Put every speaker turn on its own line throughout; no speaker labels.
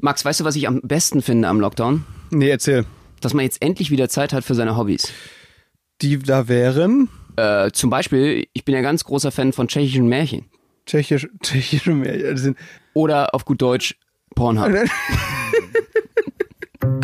Max, weißt du, was ich am besten finde am Lockdown?
Nee, erzähl.
Dass man jetzt endlich wieder Zeit hat für seine Hobbys.
Die da wären
Äh, zum Beispiel, ich bin ja ganz großer Fan von tschechischen Märchen.
tschechisch, tschechische Märchen. Das sind
Oder auf gut Deutsch Pornhub.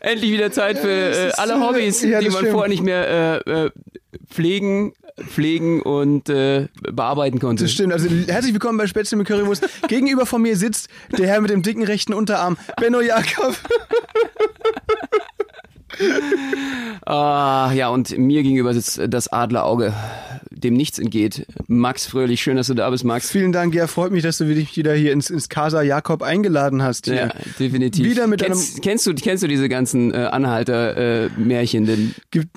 endlich wieder Zeit für äh, alle Hobbys,
Ja, das
die man
stimmt.
vorher nicht mehr äh, äh, pflegen, pflegen und äh, bearbeiten konnte.
Das stimmt. Also herzlich willkommen bei Spätzle mit Currywurst. Gegenüber von mir sitzt der Herr mit dem dicken rechten Unterarm, Benno Jakob.
Ah, ja, und mir gegenüber sitzt äh, das Adlerauge, dem nichts entgeht. Max Fröhlich, schön, dass du da bist, Max.
Vielen Dank, ja, freut mich, dass du dich wieder hier ins, ins Casa Jakob eingeladen hast. Hier.
Ja, definitiv.
Wieder mit
kennst, kennst du kennst du diese ganzen äh, Anhalter-Märchen? denn
Gibt,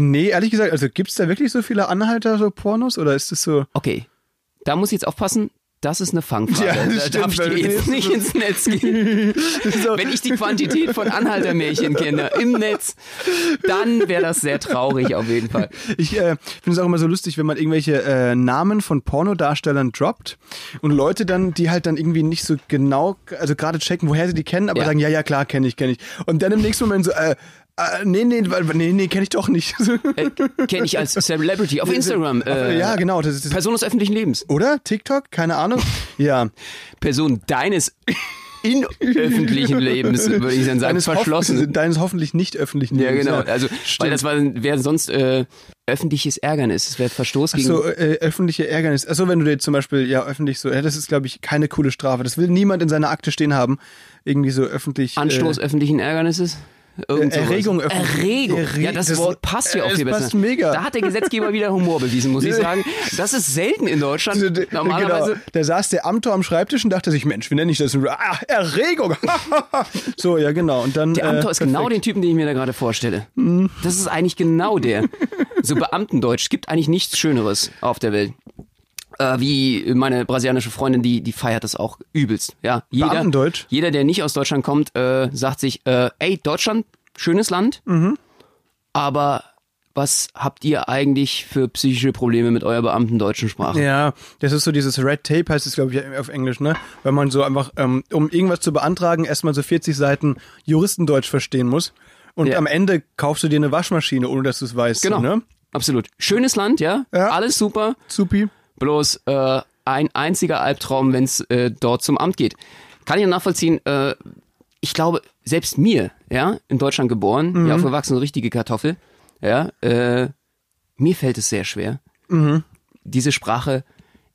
nee, ehrlich gesagt, also gibt's da wirklich so viele Anhalter, so Pornos? Oder ist das so.
okay, da muss ich jetzt aufpassen. Das ist eine Fangfrage.
Ja, das
da darf
stimmt,
ich dir
weil du
jetzt
jetzt-
nicht ins Netz gehen. Wenn ich die Quantität von Anhaltermärchen kenne im Netz, dann wäre das sehr traurig auf jeden Fall.
Ich äh, finde es auch immer so lustig, wenn man irgendwelche äh, Namen von Pornodarstellern droppt und Leute dann, die halt dann irgendwie nicht so genau, also gerade checken, woher sie die kennen, aber
Ja.
sagen, ja, ja, klar, kenne ich, kenne ich. Und dann im nächsten Moment so, äh, äh, nee, nee, wa- nee, nee, kenne ich doch nicht.
Äh, Kenne ich als Celebrity auf Instagram. Äh,
ja, genau, das ist das.
Person des öffentlichen Lebens.
Oder? TikTok? Keine Ahnung. Ja.
Person deines in öffentlichen Lebens, würde ich dann sagen,
Deines
verschlossen.
Hoff, deines hoffentlich nicht öffentlichen
Ja,
Lebens,
genau. Also, weil
Stimmt.
das war- wäre sonst äh, öffentliches Ärgernis. Es wäre Verstoß gegen.
So, äh, öffentliche Ärgernis. Achso, wenn du dir jetzt zum Beispiel, ja, öffentlich so, ja, das ist, glaube ich, keine coole Strafe. Das will niemand in seiner Akte stehen haben. Irgendwie so öffentlich.
Anstoß
äh,
öffentlichen Ärgernisses? Irgend sowas.
Erregung öffentlich-
Erregung.
Erre-
ja, das,
das-
Wort passt ja
äh,
auch
es
viel besser.
passt mega.
Da hat der Gesetzgeber wieder Humor bewiesen, muss ich
Ja.
sagen. Das ist selten in Deutschland.
so, Also, d-
Normalerweise.
Genau. Da saß der Amtor am Schreibtisch und dachte sich, Mensch, wie nenne ich das? Ah, Erregung! so, ja, genau. Und dann.
Der Amtor
äh,
ist genau den Typen, den ich mir da gerade vorstelle. Das ist eigentlich genau der. So Beamtendeutsch Es gibt eigentlich nichts Schöneres auf der Welt. Äh, wie meine brasilianische Freundin, die, die feiert das auch übelst. Ja, jeder,
Beamtendeutsch?
Jeder, der nicht aus Deutschland kommt, äh, sagt sich, äh, ey, Deutschland, schönes Land,
Mhm.
aber was habt ihr eigentlich für psychische Probleme mit eurer beamtendeutschen Sprache?
Ja, das ist so dieses Red Tape heißt es, glaube ich, auf Englisch, ne? Wenn man so einfach, ähm, um irgendwas zu beantragen, erstmal so 40 Seiten Juristendeutsch verstehen muss. Und
Ja.
am Ende kaufst du dir eine Waschmaschine, ohne dass du es weißt.
Genau,
Ne?
absolut. Schönes Land, ja,
Ja.
alles super,
Zupi.
Bloß äh, ein einziger Albtraum, wenn es äh, dort zum Amt geht. Kann ich nachvollziehen, äh, ich glaube, selbst mir, ja, in Deutschland geboren,
Mhm.
ja, aufgewachsen, eine richtige Kartoffel, ja, äh, mir fällt es sehr schwer,
Mhm.
diese Sprache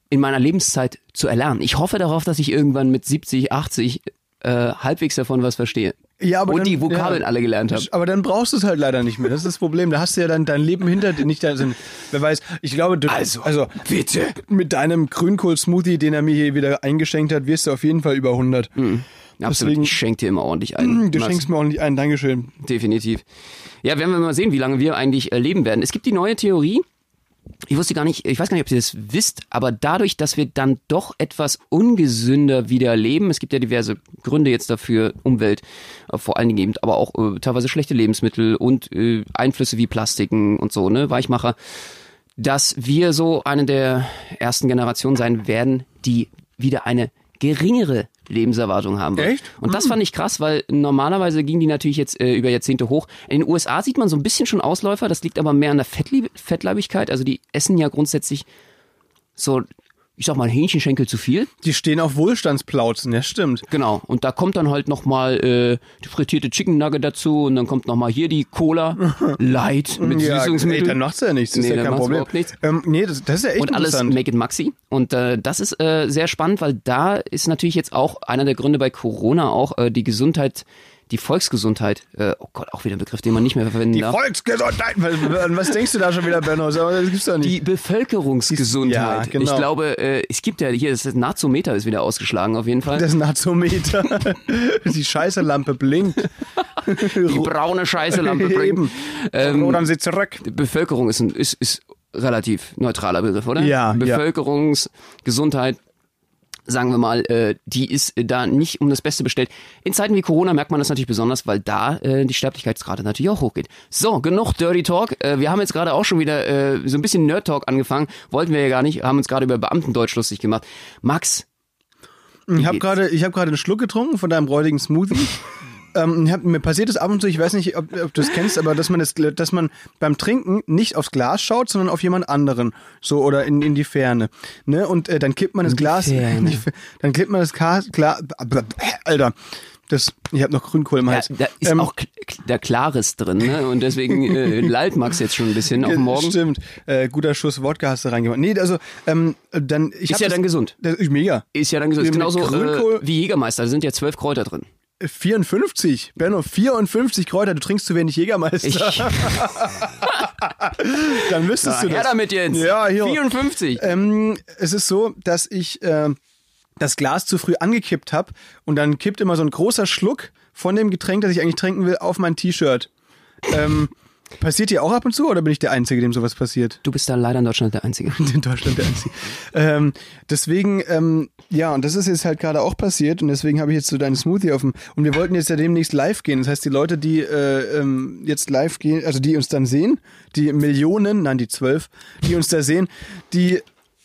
in meiner Lebenszeit zu erlernen. Ich hoffe darauf, dass ich irgendwann mit 70, 80 äh, halbwegs davon was verstehe.
Ja, aber
Und
dann-
die Vokabeln
ja.
alle gelernt habe.
Aber dann brauchst du es halt leider nicht mehr. Das ist das Problem. Da hast du ja dann dein Leben hinter dir nicht. Dein, wer weiß, ich glaube, du,
Also,
also
bitte.
mit deinem Grünkohl-Smoothie, den er mir hier wieder eingeschenkt hat, wirst du auf jeden Fall über 100.
Mhm. Absolut,
Deswegen-
ich schenke dir immer ordentlich ein.
Du
Max.
schenkst mir ordentlich einen. Dankeschön.
definitiv. Ja, werden wir mal sehen, wie lange wir eigentlich äh, leben werden. Es gibt die neue Theorie. Ich wusste gar nicht, ich weiß gar nicht, ob ihr das wisst, aber dadurch, dass wir dann doch etwas ungesünder wieder leben, es gibt ja diverse Gründe jetzt dafür, Umwelt äh, vor allen Dingen, eben, aber auch äh, teilweise schlechte Lebensmittel und äh, Einflüsse wie Plastiken und so, ne, Weichmacher, dass wir so eine der ersten Generationen sein werden, die wieder eine geringere Lebenserwartung haben wird.
Echt?
Und das fand ich krass, weil normalerweise ging die natürlich jetzt äh, über Jahrzehnte hoch. In den USA sieht man so ein bisschen schon Ausläufer, das liegt aber mehr an der Fettlieb Fettleibigkeit. Also die essen ja grundsätzlich so, ich sag mal, Hähnchenschenkel zu viel.
Die stehen auf Wohlstandsplauzen. Ja, stimmt.
Genau. Und da kommt dann halt nochmal äh, die frittierte Chicken Nugget dazu und dann kommt nochmal hier die Cola Light mit
ey,
Süßungsmittel.
dann macht's ja nichts. Das
Nee,
ist ja
dann
kein
macht's
Problem.
überhaupt nichts.
Ähm, nee, das, das ist ja echt
und alles
interessant.
Make it Maxi. Und äh, das ist äh, sehr spannend, weil da ist natürlich jetzt auch einer der Gründe bei Corona auch äh, die Gesundheit, die Volksgesundheit. Äh, oh Gott, auch wieder ein Begriff, den man nicht mehr verwenden
Die
darf.
Volksgesundheit. Was, an was denkst du da schon wieder, Benno? Sag mal, Das gibt's doch nicht.
Die Bevölkerungsgesundheit.
Ja, genau.
Ich glaube, äh, es gibt ja hier, das Nazometer ist wieder ausgeschlagen auf jeden Fall.
das Nazometer. Die Scheiße Lampe blinkt.
die braune Scheißelampe bringen. Ähm,
Oder dann sie zurück.
Bevölkerung ist ein ist, ist relativ neutraler Begriff, oder?
Ja, ja.
Bevölkerungsgesundheit, sagen wir mal, äh, die ist da nicht um das Beste bestellt. In Zeiten wie Corona merkt man das natürlich besonders, weil da äh, die Sterblichkeitsrate natürlich auch hochgeht. So, genug Dirty Talk. Äh, wir haben jetzt gerade auch schon wieder äh, so ein bisschen Nerd Talk angefangen. Wollten wir ja gar nicht, haben uns gerade über Beamtendeutsch lustig gemacht. Max,
Ich habe
geht's?
gerade ich hab gerade einen Schluck getrunken von deinem räudigen Smoothie. Ähm, ich hab, mir passiert es ab und zu, ich weiß nicht, ob, ob du es kennst, aber dass man, das, dass man beim Trinken nicht aufs Glas schaut, sondern auf jemand anderen. So, oder in, in die Ferne. Ne? Und äh, dann kippt man das Glas.
Ferne.
in die Fe- dann kippt man das Glas. Glas Alter. Das, ich habe noch Grünkohl im
da,
Hals.
da ist
Ähm,
auch K- K- der Klares drin, ne? Und deswegen äh, lallt Max jetzt schon ein bisschen auf
Ja,
den Morgen.
Stimmt. Äh, guter Schuss Wodka hast du reingemacht. Nee, also ähm, dann ich
Ist
hab
ja
das-
dann gesund.
Das ist mega.
Ist ja dann gesund. Ist
Mit
genauso
Grünkohl-
äh, wie Jägermeister, da sind ja zwölf Kräuter drin.
54, Äh, Benno, 54 Kräuter, du trinkst zu wenig Jägermeister.
Ich,
Dann wüsstest du das.
her damit jetzt.
Ja, hier.
54.
Ähm, es ist so, dass ich ähm, das Glas zu früh angekippt habe und dann kippt immer so ein großer Schluck von dem Getränk, das ich eigentlich trinken will, auf mein T-Shirt. Ähm, passiert dir auch ab und zu oder bin ich der Einzige, dem sowas passiert?
Du bist da leider in Deutschland der Einzige.
in Deutschland der Einzige. ähm, deswegen, ähm, ja, und das ist jetzt halt gerade auch passiert und deswegen habe ich jetzt so deinen Smoothie auf dem. Und wir wollten jetzt ja demnächst live gehen. Das heißt, die Leute, die äh, ähm, jetzt live gehen, also die uns dann sehen, die Millionen, nein, die zwölf, die uns da sehen, die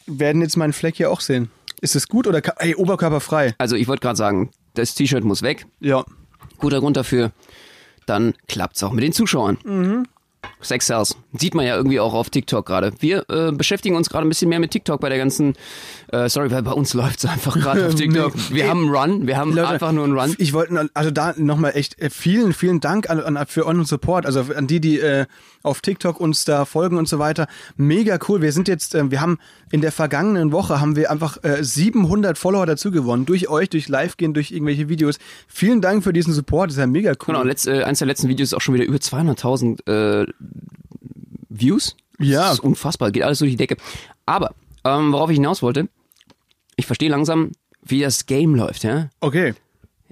werden jetzt meinen Fleck hier auch sehen. Ist es gut oder ka- ey, oberkörperfrei?
Also ich wollte gerade sagen, das T-Shirt muss weg.
Ja.
Guter Grund dafür. Dann klappt's auch mit den Zuschauern.
Mhm.
Sex Sales. Sieht man ja irgendwie auch auf TikTok gerade. Wir äh, beschäftigen uns gerade ein bisschen mehr mit TikTok bei der ganzen. Äh, sorry, weil bei uns läuft's einfach gerade auf TikTok. Wir haben einen Run. Wir haben
Leute,
einfach nur einen Run.
Ich wollte, also da nochmal echt äh, vielen, vielen Dank an, an, für euren Support, also an die, die äh, auf TikTok uns da folgen und so weiter. Mega cool. Wir sind jetzt, äh, wir haben in der vergangenen Woche haben wir einfach äh, 700 Follower dazu gewonnen. Durch euch, durch Live-Gehen, durch irgendwelche Videos. Vielen Dank für diesen Support. Das ist ja mega cool.
Genau, letzt, äh, eins der letzten Videos ist auch schon wieder über 200.000 äh, Views.
Ja.
Das ist unfassbar, geht alles durch die Decke. Aber, ähm, worauf ich hinaus wollte, ich verstehe langsam, wie das Game läuft, ja?
Okay,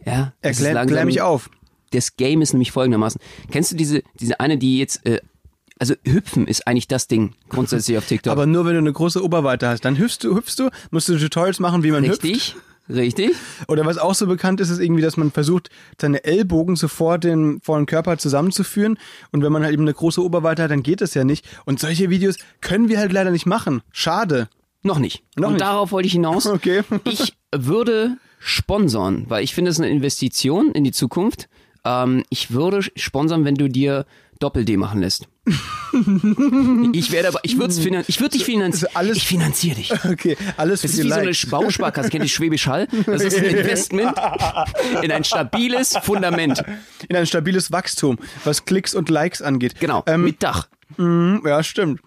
Ja. das ist
erklär, erklär mich auf.
Das Game ist nämlich folgendermaßen. Kennst du diese, diese eine, die jetzt, äh, also hüpfen ist eigentlich das Ding grundsätzlich auf TikTok.
Aber nur wenn du eine große Oberweite hast, dann hüpfst du, hüpfst du, musst du Tutorials machen, wie man hüpft.
richtig? Richtig?
Oder was auch so bekannt ist, ist irgendwie, dass man versucht, seine Ellbogen sofort den vollen Körper zusammenzuführen. Und wenn man halt eben eine große Oberweite hat, dann geht das ja nicht. Und solche Videos können wir halt leider nicht machen. Schade.
Noch nicht.
Noch
und
nicht.
darauf wollte ich hinaus.
Okay.
Ich würde sponsoren, weil ich finde, es ist eine Investition in die Zukunft. Ähm, ich würde sponsern, wenn du dir Doppel-D machen lässt. ich werde aber, ich würde finan ich würd dich finanzieren.
So alles-
ich finanziere dich.
Okay, alles für
Das
die
ist wie so eine
Likes.
Sch- Bausparkasse, kennt ihr Schwäbisch Hall? Das ist ein Investment in ein stabiles Fundament.
in ein stabiles Wachstum, was Klicks und Likes angeht.
Genau,
Ähm,
mit Dach.
ja, stimmt.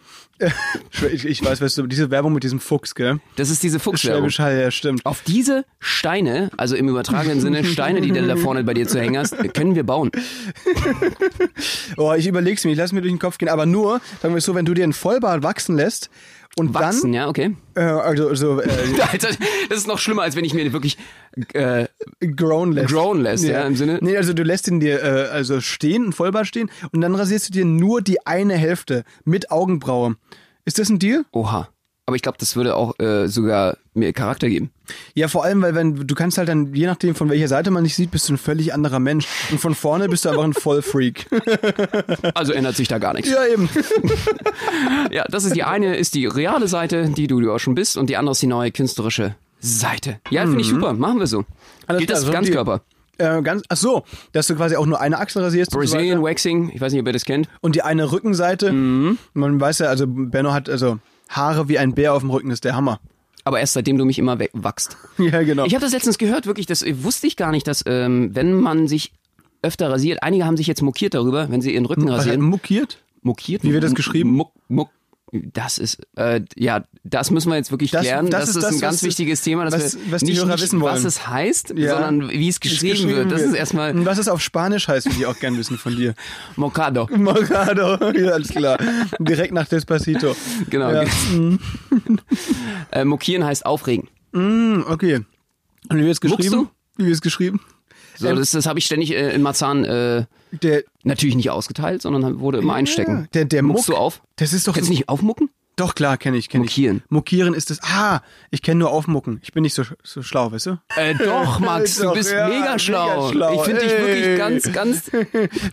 ich, ich weiß, weißt du, diese Werbung mit diesem Fuchs, gell?
Das ist diese Fuchswerbung.
Schwäbisch Hall, ja, stimmt.
Auf diese Steine, also im übertragenen Sinne Steine, die du da vorne bei dir zu hängen hast, können wir bauen.
Oh, ich überleg's mir, ich lass mir durch den Kopf gehen. Aber nur, sagen wir es so, wenn du dir einen Vollbart wachsen lässt und
Wachsen, ja, okay.
dann, äh, also, so, äh,
Alter, das ist noch schlimmer, als wenn ich mir wirklich. Äh,
grown lässt.
Grown lässt, ja, im Sinne-
Nee, also du lässt ihn dir äh, also stehen, einen Vollbart stehen und dann rasierst du dir nur die eine Hälfte mit Augenbraue. Ist das ein Deal?
oha. Aber ich glaube, das würde auch äh, sogar mir Charakter geben.
Ja, vor allem, weil wenn du kannst halt dann, je nachdem von welcher Seite man dich sieht, bist du ein völlig anderer Mensch. Und von vorne bist du einfach ein Vollfreak.
Also ändert sich da gar nichts.
ja, eben.
Ja, das ist die eine, ist die reale Seite, die du, du auch schon bist, und die andere ist die neue künstlerische Seite. Ja, finde ich super. Machen wir so.
Mhm. Alles
Gilt
klar,
das
so
für Ganzkörper?
Äh, ganz, ach so, dass du quasi auch nur eine Achsel rasierst und, so
Brazilian
weiter.
Waxing, ich weiß nicht, ob ihr das kennt.
und die eine Rückenseite.
Mhm.
Man weiß ja, also Benno hat also Haare wie ein Bär auf dem Rücken, das ist der Hammer.
Aber erst seitdem du mich immer we- wachst.
Ja, genau.
Ich habe das letztens gehört, wirklich, das äh, wusste ich gar nicht, dass ähm, wenn man sich öfter rasiert, einige haben sich jetzt mokiert darüber, wenn sie ihren Rücken
Was hat
rasieren.
muckiert?
Mokiert?
Wie wird das
Muck-
geschrieben?
Muck, muck. Das ist, äh, ja, das müssen wir jetzt wirklich
Das-
klären.
das
Das,
ist
ist
das,
ein ganz
was-
wichtiges Thema, dass
was-
wir
was die
nicht,
Hörer
nicht
wissen wollen.
was es heißt,
Ja.
sondern wie es
Wie es
geschrieben, wird. Das ist erstmal
Und was es auf Spanisch heißt, will ich auch gern wissen von dir.
Mocado.
Morgado, ja, alles klar. Direkt nach Despacito.
Genau.
Ja.
äh, mokieren heißt aufregen.
Hm, okay. Und wie wird es geschrieben? Wie wird es geschrieben?
So, das das habe ich ständig äh, in Marzahn äh,
Der,
Natürlich nicht ausgeteilt, sondern halt wurde immer einstecken.
der, der Muck.
Muckst du auf?
Das ist doch.
Kannst du nicht aufmucken?
Doch, klar, kenne ich, kenne ich.
Mokieren.
Mokieren ist das. Ah, ich kenne nur aufmucken. Ich bin nicht so, so schlau, weißt du?
Äh, doch, Max, du
Doch,
bist
ja,
mega,
mega
schlau.
schlau.
Ich finde dich
Ey.
wirklich ganz, ganz.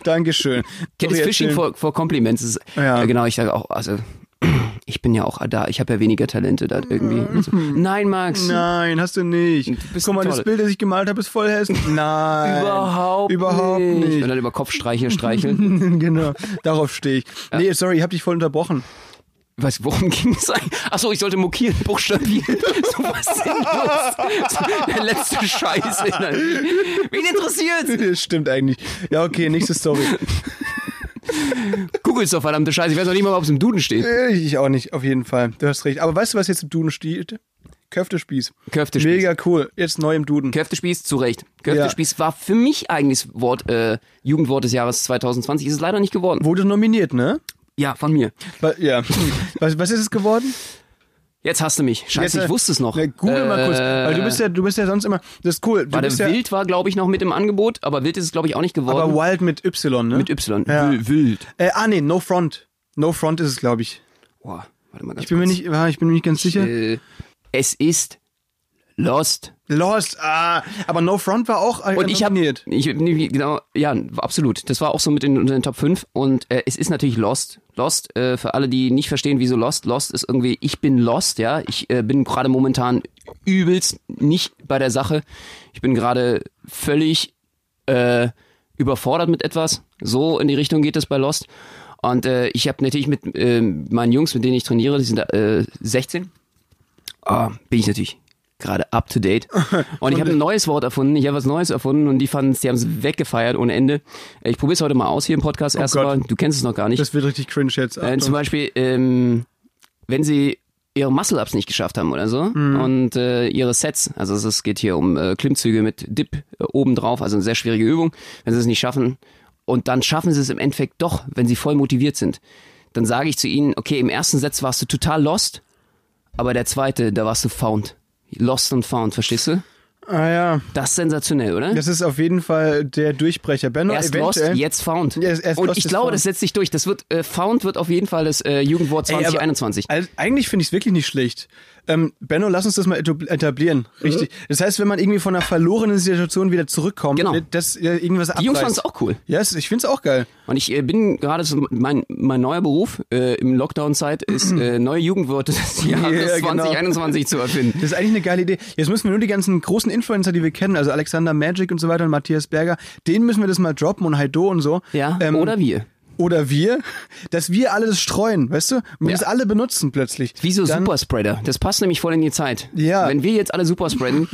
Dankeschön.
Kennst
Sorry,
Fishing
erzähl.
for, for Compliments? Ist,
Ah, Ja.
äh, genau, ich sage auch, also. Ich bin ja auch da, ich habe ja weniger Talente da irgendwie. Also, nein, Max.
Mhm. Nein, hast du nicht.
bist
Guck mal,
toll.
das Bild, das ich gemalt habe, ist voll hässlich. Nein.
Überhaupt,
Überhaupt nicht.
Und dann halt über Kopfstreiche streicheln.
genau, darauf stehe ich. Nee, sorry, ich habe dich voll unterbrochen.
Was, worum ging es eigentlich? Achso, ich sollte mokieren, buchstabieren. So was sinnlos. So, der letzte Scheiß. Ey. Wen interessiert's?
Das stimmt eigentlich. Ja, okay, nächste Story.
Google's doch verdammte Scheiße. Ich weiß noch nicht mal, ob es im Duden steht.
Äh, ich auch nicht, auf jeden Fall. Du hast recht. Aber weißt du, was jetzt im Duden steht? Köftespieß.
Köftespieß.
Mega cool. Jetzt neu im Duden.
Köftespieß, zu Recht. Köftespieß war für mich eigentlich das Wort, äh, Jugendwort des Jahres 2020. Ist es leider nicht geworden.
Wurde nominiert, ne?
Ja, von mir.
Wa- Ja. Was, was ist es geworden?
Jetzt hast du mich. Scheiße,
Jetzt, äh,
ich wusste es noch. Äh,
Na, google mal kurz. Weil du bist ja, du bist ja sonst immer. Das ist cool. Du
war der
bist ja,
Wild war, glaube ich, noch mit im Angebot, aber Wild ist es, glaube ich, auch nicht
aber
geworden.
Wild mit Y, ne?
mit Y.
Ja.
Wild. Wild.
Äh, ah, nee, No Front. No Front ist es, glaube ich.
Boah, warte mal ganz
Ich bin mir
kurz.
nicht, ah, ich bin mir nicht ganz sicher.
Äh, es ist Lost.
Lost, ah, aber No Front war auch äh,
Und ich habe
nominiert.
ich nee, genau ja absolut. Das war auch so mit in unseren Top 5 und äh, es ist natürlich Lost. Lost äh, für alle, die nicht verstehen, wieso Lost. Lost ist irgendwie ich bin lost, ja. Ich äh, bin gerade momentan übelst nicht bei der Sache. Ich bin gerade völlig äh, überfordert mit etwas. So in die Richtung geht es bei Lost. Und äh, ich habe natürlich mit ähm, meinen Jungs, mit denen ich trainiere, die sind äh, 16, ah, bin ich natürlich gerade up to date. Und ich habe ein neues Wort erfunden, ich habe was Neues erfunden und die fanden es, die haben es weggefeiert ohne Ende. Äh, Ich probiere es heute mal aus hier im Podcast erstmal. Du kennst es noch gar nicht.
Das wird richtig cringe jetzt.
Äh, zum
Achtung.
Beispiel, ähm, wenn sie ihre Muscle-Ups nicht geschafft haben oder so
Mhm.
und äh, ihre Sets, also es- es geht hier um äh, Klimmzüge mit Dip äh, obendrauf, also eine sehr schwierige Übung, wenn sie es nicht schaffen und dann schaffen sie es im Endeffekt doch, wenn sie voll motiviert sind, dann sage ich zu ihnen, okay, im ersten Satz warst du total lost, aber der zweite, da warst du found. Lost und found, verstehst du?
ah ja,
Das ist sensationell, oder?
das ist auf jeden Fall der Durchbrecher. Benno,
Erst lost,
eventuell.
jetzt found.
Ja, erst
und
lost,
ich
jetzt
glaube,
found.
das setzt sich durch. Das wird äh, found wird auf jeden Fall das äh, Jugendwort
Ey, aber-
2021.
Also, eigentlich finde ich es wirklich nicht schlecht. Ähm, Benno, lass uns das mal etab- etablieren. Richtig. Das heißt, wenn man irgendwie von einer verlorenen Situation wieder zurückkommt,
Genau.
wird das äh, irgendwas
Die Jungs fanden es
abreißt.
auch cool.
Ja, yes, ich finde es auch geil.
Und ich äh, bin gerade, so, mein, mein neuer Beruf äh, im Lockdown-Zeit ist, äh, neue Jugendwörter des Jahres
Ja, genau.
2021 zu erfinden.
Das ist eigentlich eine geile Idee. Jetzt müssen wir nur die ganzen großen Influencer, die wir kennen, also Alexander Magic und so weiter und Matthias Berger, denen müssen wir das mal droppen und Haido und so.
Ja,
Ähm,
oder wir.
Oder wir, dass wir alle das streuen, weißt du? Und das
Ja.
alle benutzen plötzlich.
Wie so
Dann-
Superspreader. Das passt nämlich voll in die Zeit.
Ja.
Wenn wir jetzt alle superspreaden,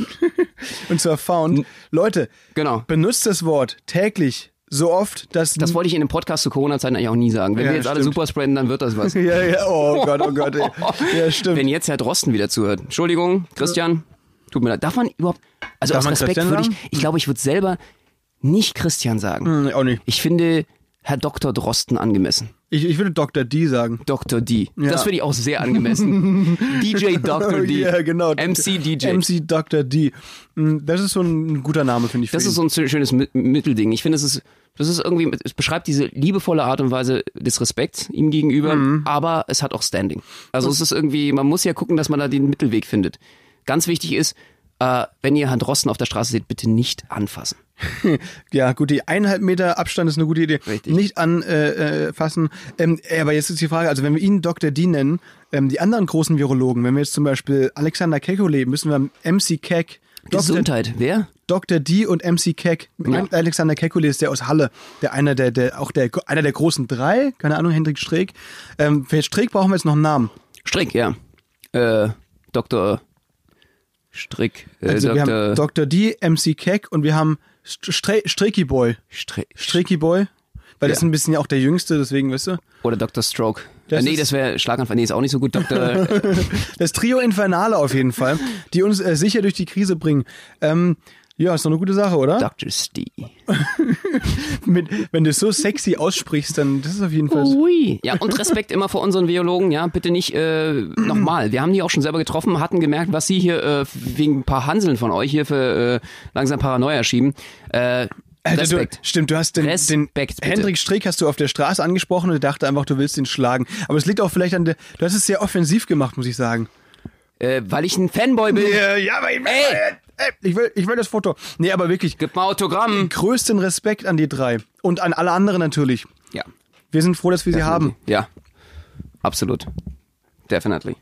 Und zwar Found. Leute,
genau.
benutzt das Wort täglich so oft, dass.
Das wollte ich in dem Podcast zu Corona-Zeiten eigentlich auch nie sagen. Wenn
Ja,
wir jetzt alle
stimmt.
superspreaden, dann wird das was.
ja, ja, oh Gott, oh Gott. Ey. Ja, stimmt.
Wenn jetzt Herr Drosten wieder zuhört. Entschuldigung, Christian, tut mir leid. Darf man überhaupt, also
Darf
aus
man
Respekt
Christian
würde ich,
sagen?
ich glaube, ich würde selber nicht Christian sagen.
Hm, auch nicht.
Ich finde Herr Dr. Drosten angemessen.
Ich, ich würde Dr. D sagen.
Dr. D.
Ja.
Das finde ich auch sehr angemessen. DJ Dr. D.
Ja, genau.
MC DJ.
MC Dr. D. Hm, Das ist so ein guter Name, finde ich. für
das
ihn.
ist so ein schönes Mi- Mittelding. Ich finde, es ist, das ist irgendwie, es beschreibt diese liebevolle Art und Weise des Respekts ihm gegenüber,
Mhm.
aber es hat auch Standing. Also es ist irgendwie, man muss ja gucken, dass man da den Mittelweg findet. Ganz wichtig ist, äh, wenn ihr Herrn Drosten auf der Straße seht, bitte nicht anfassen.
Ja, gut, die eineinhalb Meter Abstand ist eine gute Idee.
Richtig.
Nicht anfassen. Äh, äh, fassen. ähm, äh, aber jetzt ist die Frage, also wenn wir ihn Dr. D nennen, ähm, die anderen großen Virologen, wenn wir jetzt zum Beispiel Alexander Kekulé, müssen wir MC Keck, Dr.
Gesundheit, wer?
Dr. D und MC Keck.
Ja.
Alexander Kekulé ist der aus Halle, der einer der, der auch der einer der großen drei, keine Ahnung, Hendrik Streeck. Ähm, für Streeck brauchen wir jetzt noch einen Namen.
Strick, ja. Äh, Dr. Strick. Äh,
Also wir haben
Dr.
Dr. D, MC Keck und wir haben Stre Streeky Boy.
Strick.
Streeky Boy. Weil das
Ja.
ist ein bisschen auch der Jüngste, deswegen, weißt du?
Oder Dr. Stroke.
Das
äh, nee,
ist-
das wäre Schlaganfall. Nee, ist auch nicht so gut. Dr.
Das Trio Infernale auf jeden Fall, die uns äh, sicher durch die Krise bringen. Ähm, ja, ist doch eine gute Sache, oder?
Dr. Stee.
Mit, wenn du es so sexy aussprichst, dann das ist auf jeden Fall.
Ui. Ja, und Respekt immer vor unseren Biologen. Ja, bitte nicht äh, nochmal. Wir haben die auch schon selber getroffen, hatten gemerkt, was sie hier äh, wegen ein paar Hanseln von euch hier für äh, langsam Paranoia schieben. Äh,
Alter, du,
Respekt.
stimmt, du hast den, den
Respekt, bitte.
Hendrik Strick hast du auf der Straße angesprochen und dachte einfach, du willst ihn schlagen. Aber es liegt auch vielleicht an der. Du hast es sehr offensiv gemacht, muss ich sagen.
Äh, weil ich ein Fanboy bin.
ja, aber ich will,
Ey!
ich will, ich will das Foto. Nee, aber wirklich.
Gib mal Autogramm.
Größten Respekt an die drei. Und an alle anderen natürlich.
Ja.
Wir sind froh, dass wir sie haben.
Ja. Absolut. Definitely.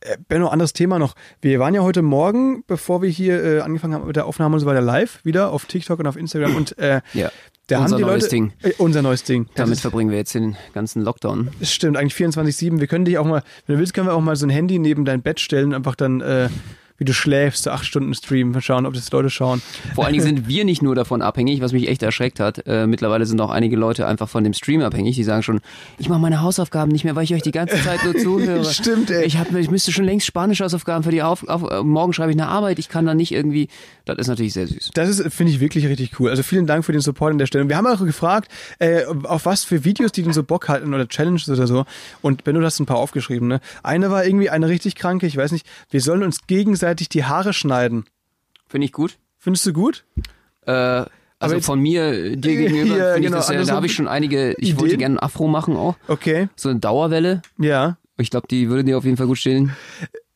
Äh, Benno, anderes Thema noch. Wir waren ja heute Morgen, bevor wir hier äh, angefangen haben mit der Aufnahme und so weiter, live wieder auf TikTok und auf Instagram und äh,
Ja.
da
Unser
haben die
neues
Leute,
Ding.
Äh, unser neues Ding. Das
Damit
ist-
verbringen wir jetzt den ganzen Lockdown.
Das stimmt, eigentlich 24-7. Wir können dich auch mal, wenn du willst, können wir auch mal so ein Handy neben dein Bett stellen und einfach dann, äh, wie du schläfst, so acht Stunden streamen, mal schauen, ob das Leute schauen.
Vor allen Dingen sind wir nicht nur davon abhängig, was mich echt erschreckt hat. Äh, mittlerweile sind auch einige Leute einfach von dem Stream abhängig. Die sagen schon, ich mache meine Hausaufgaben nicht mehr, weil ich euch die ganze Zeit nur zuhöre.
Stimmt, ey.
Ich, hab, ich müsste schon längst spanische Hausaufgaben für die auf, auf äh, morgen schreibe ich eine Arbeit. Ich kann dann nicht irgendwie. Das ist natürlich sehr süß.
Das ist, finde ich, wirklich richtig cool. Also vielen Dank für den Support an der Stelle. Und wir haben auch gefragt, äh, auf was für Videos die denn so Bock hatten oder Challenges oder so. Und Benno, du hast ein paar aufgeschrieben, ne? Eine war irgendwie eine richtig kranke, ich weiß nicht. Wir sollen uns gegenseitig die Haare schneiden.
Finde ich gut.
Findest du gut?
Äh, also
Aber jetzt-
von mir äh, dir gegenüber
Ja,
finde
genau,
ich das, äh, da
andersrum.
habe ich schon einige. Ich wollte
Ideen?
gerne einen Afro machen auch.
Okay,
So eine Dauerwelle.
ja.
Ich glaube, die würde dir auf jeden Fall gut stehen.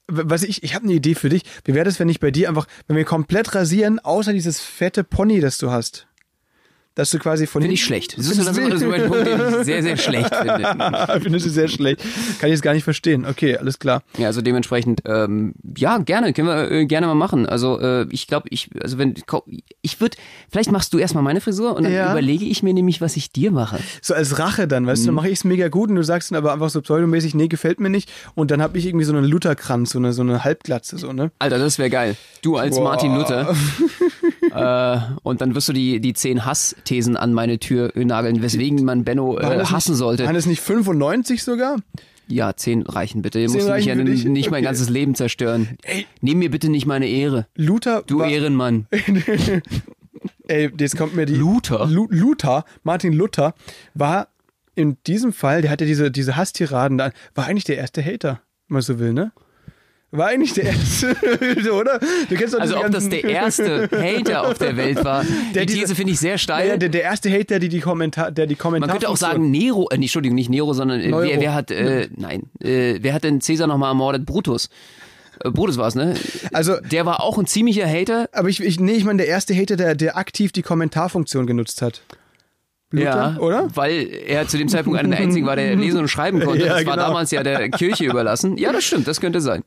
W- Was ich, ich habe eine Idee für dich. Wie wäre das, wenn ich bei dir einfach, wenn wir komplett rasieren, außer dieses fette Pony, das du hast? Dass du quasi von
Finde ich
hinten-
schlecht. Das ist,
Findest
das
du-
ist zum Beispiel ein Punkt, den ich sehr, sehr schlecht finde.
Findest du sehr schlecht. Kann ich es gar nicht verstehen. Okay, alles klar.
Ja, also dementsprechend, ähm, ja, gerne, können wir äh, gerne mal machen. Also äh, ich glaube, ich, also wenn, ich würde, vielleicht machst du erstmal meine Frisur und dann
Ja.
überlege ich mir nämlich, was ich dir mache.
So als Rache dann, weißt du,
Mhm.
dann mache ich es mega gut und du sagst dann aber einfach so pseudomäßig, nee, gefällt mir nicht. Und dann habe ich irgendwie so einen Lutherkranz, so eine, so eine Halbglatze, so, ne?
Alter, das wäre geil. Du als
Boah.
Martin Luther. äh, und dann wirst du die, die zehn Hassthesen an meine Tür nageln, weswegen man Benno
Waren
äh,
das
hassen
nicht, Waren
sollte.
das nicht 95 sogar?
Ja, zehn reichen bitte. Ihr
Zehn
musst mich
reichen
ja
für dich?
nicht mein
Okay.
ganzes Leben zerstören. Nehm mir bitte nicht meine Ehre.
Luther.
Du
war-
Ehrenmann.
Ey, jetzt kommt mir die.
Luther?
Lu Luther, Martin Luther, war in diesem Fall, der hatte diese, diese Hasstiraden da, war eigentlich der erste Hater, wenn man so will, ne? War eigentlich der erste, oder? Du kennst doch
Also
diese
ob das
ganzen-
der erste Hater auf der Welt war,
Der
die
diese-
These finde ich sehr steil.
Ja, der, der erste Hater, die die Kommentar, der die Kommentare.
Man könnte auch sagen Nero, äh, nee, Entschuldigung, nicht Nero, sondern äh,
Neuro. Hm.
wer, wer hat, äh, nein, äh, wer hat denn Cäsar nochmal ermordet? Brutus. Äh, Brutus war es, ne?
Also,
Der war auch ein ziemlicher Hater.
Aber ich, ich nee, ich meine, der erste Hater, der, der aktiv die Kommentarfunktion genutzt hat. Luther,
ja,
oder?
Weil er zu dem Zeitpunkt einer der einzigen war, der lesen und schreiben konnte.
Ja,
das war
genau.
damals ja der Kirche überlassen. Ja, das stimmt, das könnte sein.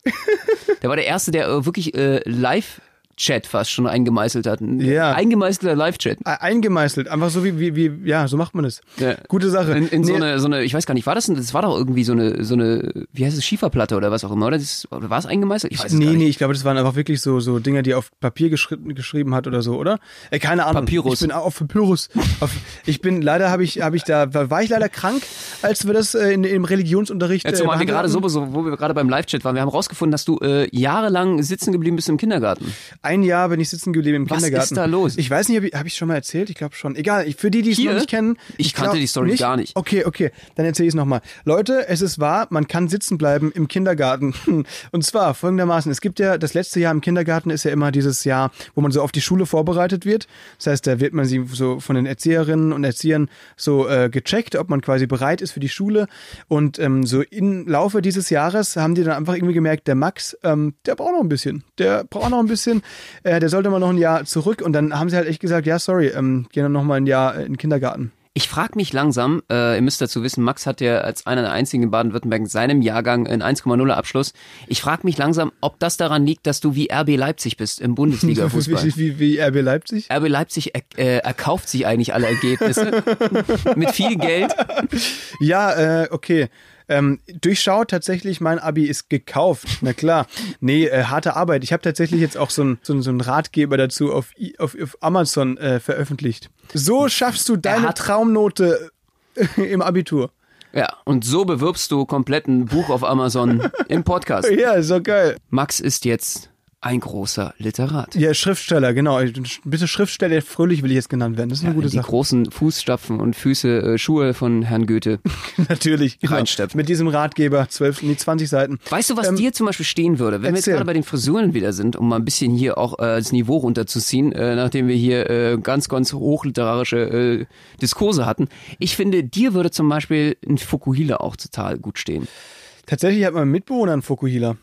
Der war der Erste, der äh, wirklich äh, Live-Chat fast schon eingemeißelt hat. Ein
Ja.
Eingemeißelter Live-Chat.
E- Eingemeißelt, einfach so wie, wie, wie, ja, so macht man es.
Ja.
Gute Sache.
In, in so,
Nee,
eine, so eine, ich weiß gar nicht, war das denn, das war doch irgendwie so eine, so eine, wie heißt es, Schieferplatte oder was auch immer, oder? Das, oder war es eingemeißelt? Ich weiß es
Nee,
gar nicht.
nee, ich glaube, das waren einfach wirklich so, so Dinger, die er auf Papier geschri geschrieben hat oder so, oder? Äh, keine Ahnung.
Papyrus.
Ich bin au- auf Papyrus. auf, ich bin, leider habe ich, habe ich da, war war ich leider krank, als wir das äh, in, im Religionsunterricht.
Ja, zumal wir
behandelt
gerade
Äh,
so,
hatten.
so, wo wir gerade beim Live-Chat waren, wir haben rausgefunden, dass du äh, jahrelang sitzen geblieben bist im Kindergarten.
Ein Jahr bin ich sitzen geblieben im
Was
Kindergarten.
ist da los?
Ich weiß nicht, habe ich, hab ich schon mal erzählt? Ich glaube schon. Egal, ich, für die, die es
Hier?
noch nicht kennen.
Ich kannte
glaub
die Story gar nicht.
Okay, okay, dann erzähle ich es nochmal. Leute, es ist wahr, man kann sitzen bleiben im Kindergarten. Und zwar folgendermaßen, es gibt ja, das letzte Jahr im Kindergarten ist ja immer dieses Jahr, wo man so auf die Schule vorbereitet wird. Das heißt, da wird man sie so von den Erzieherinnen und Erziehern so äh, gecheckt, ob man quasi bereit ist für die Schule. Und ähm, so im Laufe dieses Jahres haben die dann einfach irgendwie gemerkt, der Max, ähm, der braucht noch ein bisschen. Der braucht noch ein bisschen. Äh, der sollte mal noch ein Jahr zurück. Und dann haben sie halt echt gesagt, ja, sorry, ähm, gehen dann noch mal ein Jahr äh, in den Kindergarten.
Ich frage mich langsam, äh, ihr müsst dazu wissen, Max hat ja als einer der einzigen in Baden-Württemberg in seinem Jahrgang einen 1,0er Abschluss. Ich frage mich langsam, ob das daran liegt, dass du wie RB Leipzig bist im Bundesliga-Fußball.
Wie, wie, wie RB Leipzig?
RB Leipzig er, äh, erkauft sich eigentlich alle Ergebnisse mit viel Geld.
Ja, äh, okay. Ähm, durchschaut tatsächlich, mein Abi ist gekauft. Na klar. Nee, äh, harte Arbeit. Ich habe tatsächlich jetzt auch so einen so einen- so einen Ratgeber dazu auf, I- auf, auf Amazon äh, veröffentlicht. So schaffst du deine
hat-
Traumnote äh, im Abitur.
Ja, und so bewirbst du komplett ein Buch auf Amazon im Podcast.
Ja, ist doch geil.
Max ist jetzt ein großer Literat.
Ja, Schriftsteller, genau. Bitte Schriftsteller Fröhlich will ich jetzt genannt werden. Das ist eine gute
die
Sache.
großen Fußstapfen und Füße, äh, Schuhe von Herrn Goethe.
Natürlich. Genau.
Reinstopfen.
Mit diesem Ratgeber, 12, nee, 20 Seiten.
Weißt du, was dir zum Beispiel stehen würde? Wenn wir
Ähm, erzähl.
jetzt gerade bei den Frisuren wieder sind, um mal ein bisschen hier auch äh, das Niveau runterzuziehen, äh, nachdem wir hier äh, ganz, ganz hochliterarische äh, Diskurse hatten. Ich finde, dir würde zum Beispiel ein Fukuhila auch total gut stehen.
Tatsächlich hat mein Mitbewohner einen Fokuhila.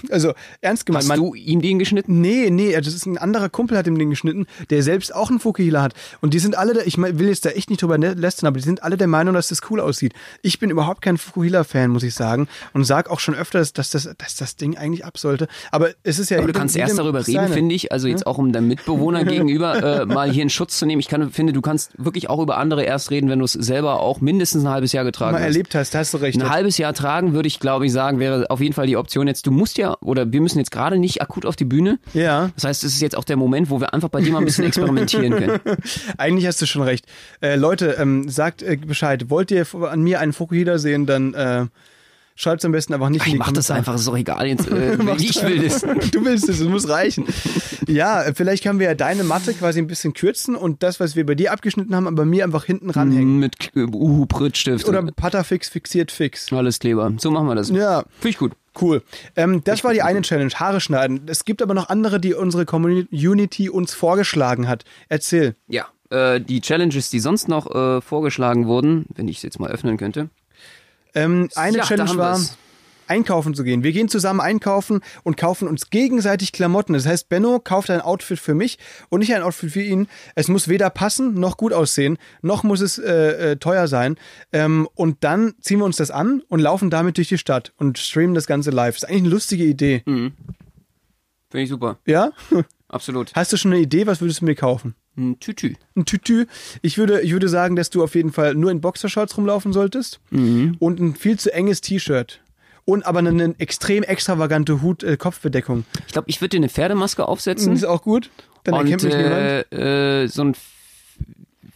also, ernst gemeint.
Hast
mein,
du ihm den geschnitten?
Nee, nee, das ist ein anderer Kumpel hat ihm den geschnitten, der selbst auch einen Fokuhila hat. Und die sind alle, der, ich mein, will jetzt da echt nicht drüber ne- lästern, aber die sind alle der Meinung, dass das cool aussieht. Ich bin überhaupt kein Fokuhila-Fan, muss ich sagen. Und sag auch schon öfters, dass das, dass das Ding eigentlich ab sollte. Aber es ist ja
Aber du kannst erst darüber reden, finde ich, also jetzt auch um deinem Mitbewohner gegenüber äh, mal hier in Schutz zu nehmen. Ich kann, finde, du kannst wirklich auch über andere erst reden, wenn du es selber auch mindestens ein halbes Jahr getragen
Mal
hast.
erlebt hast, da hast du recht.
Ein halbes Jahr tragen, würde ich glaube ich sagen, wäre auf jeden Fall die Option jetzt. Du musst ja, oder wir müssen jetzt gerade nicht akut auf die Bühne.
Ja.
Das heißt, es ist jetzt auch der Moment, wo wir einfach bei dir mal ein bisschen experimentieren können.
Eigentlich hast du schon recht. Äh, Leute, ähm, sagt äh, Bescheid. Wollt ihr f- an mir einen Fokuhila sehen, dann äh, schreibt es am besten einfach nicht in
Ich
die
mach das
Kommentare.
einfach, ist doch egal jetzt. Äh, ich will das.
Du willst es, es muss reichen. Ja, äh, vielleicht können wir ja deine Matte quasi ein bisschen kürzen und das, was wir bei dir abgeschnitten haben, bei mir einfach hinten ranhängen.
Mit äh, uhu Prittstift
Oder
oder
Patafix fixiert fix.
alles Kleber. So machen wir das.
Ja.
Finde ich gut.
Cool. Ähm, das war die eine Challenge, Haare schneiden. Es gibt aber noch andere, die unsere Community uns vorgeschlagen hat. Erzähl.
Ja. Äh, die Challenges, die sonst noch äh, vorgeschlagen wurden, wenn ich es jetzt mal öffnen könnte.
Ähm, eine
Ja, da
Challenge
haben
war,
wir's.
einkaufen zu gehen. Wir gehen zusammen einkaufen und kaufen uns gegenseitig Klamotten. Das heißt, Benno kauft ein Outfit für mich und nicht ein Outfit für ihn. Es muss weder passen noch gut aussehen, noch muss es äh, äh, teuer sein. Ähm, und dann ziehen wir uns das an und laufen damit durch die Stadt und streamen das Ganze live. Ist eigentlich eine lustige Idee.
Mhm. Finde ich super.
Ja?
Absolut.
Hast du schon eine Idee? Was würdest du mir kaufen?
Ein Tütü.
ein Tütü. Ich würde, ich würde sagen, dass du auf jeden Fall nur in Boxershorts rumlaufen solltest
Mhm.
und ein viel zu enges T-Shirt. Und aber eine, eine extrem extravagante Hut, äh, Kopfbedeckung.
Ich glaube, ich würde dir eine Pferdemaske aufsetzen.
Ist auch gut. Dann erkennt
Mhm. und
mich niemand.
äh, äh, so ein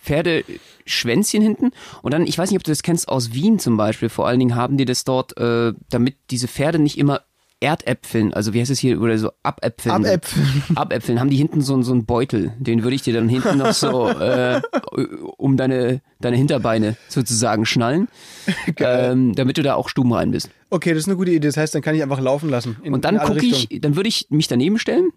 Pferdeschwänzchen hinten. Und dann, ich weiß nicht, ob du das kennst aus Wien zum Beispiel. Vor allen Dingen haben die das dort, äh, damit diese Pferde nicht immer Erdäpfeln, also wie heißt es hier, oder so Abäpfeln.
Abäpfeln.
Abäpfeln, haben die hinten so, so einen Beutel. Den würde ich dir dann hinten noch so äh, um deine, deine Hinterbeine sozusagen schnallen. Ähm, damit du da auch stumm rein bist.
Okay, das ist eine gute Idee. Das heißt, dann kann ich einfach laufen lassen. in-
Und dann
in alle
gucke ich,
Richtungen.
dann würde ich mich daneben stellen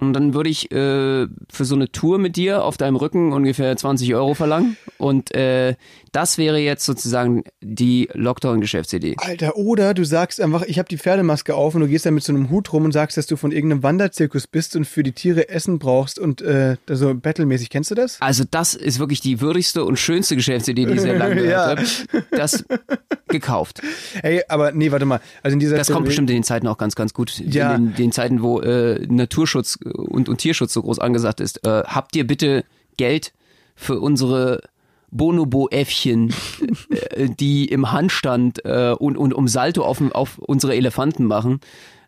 und dann würde ich äh, für so eine Tour mit dir auf deinem Rücken ungefähr 20 Euro verlangen. Und äh, das wäre jetzt sozusagen die Lockdown-Geschäftsidee.
Alter, oder du sagst einfach, ich habe die Pferdemaske auf und du gehst dann mit so einem Hut rum und sagst, dass du von irgendeinem Wanderzirkus bist und für die Tiere Essen brauchst und äh, so battlemäßig. Kennst du das?
Also das ist wirklich die würdigste und schönste Geschäftsidee, die ich sehr lange gehört
Ja.
habe. Das gekauft.
Ey, aber nee, warte mal. Also in dieser
Das kommt
Theorie-
bestimmt in den Zeiten auch ganz, ganz gut.
Ja.
In den, den Zeiten, wo äh, Naturschutz und, und Tierschutz so groß angesagt ist. Äh, habt ihr bitte Geld für unsere Bonobo-Äffchen, äh, die im Handstand äh, und, und um Salto auf, auf unsere Elefanten machen?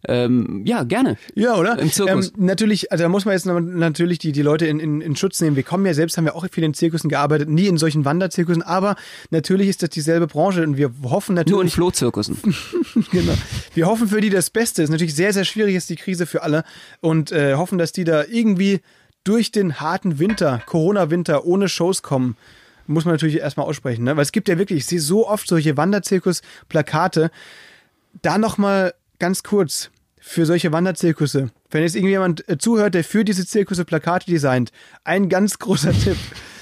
Ähm, ja, gerne.
Ja, oder?
Im Zirkus.
Ähm, natürlich, also da muss man jetzt na- natürlich die, die Leute in, in, in Schutz nehmen. Wir kommen ja selbst, haben wir auch viel in Zirkussen gearbeitet, nie in solchen Wanderzirkussen, aber natürlich ist das dieselbe Branche und wir hoffen
Nur in
natürlich,
Flohzirkussen.
genau, wir hoffen für die das Beste. Ist natürlich sehr, sehr schwierig, ist die Krise für alle und äh, hoffen, dass die da irgendwie durch den harten Winter, Corona-Winter, ohne Shows kommen. Muss man natürlich erstmal aussprechen, ne? Weil es gibt ja wirklich, ich sehe so oft solche Wanderzirkus-Plakate, da nochmal ganz kurz für solche Wanderzirkusse. Wenn jetzt irgendjemand äh, zuhört, der für diese Zirkusse Plakate designt, ein ganz großer Tipp.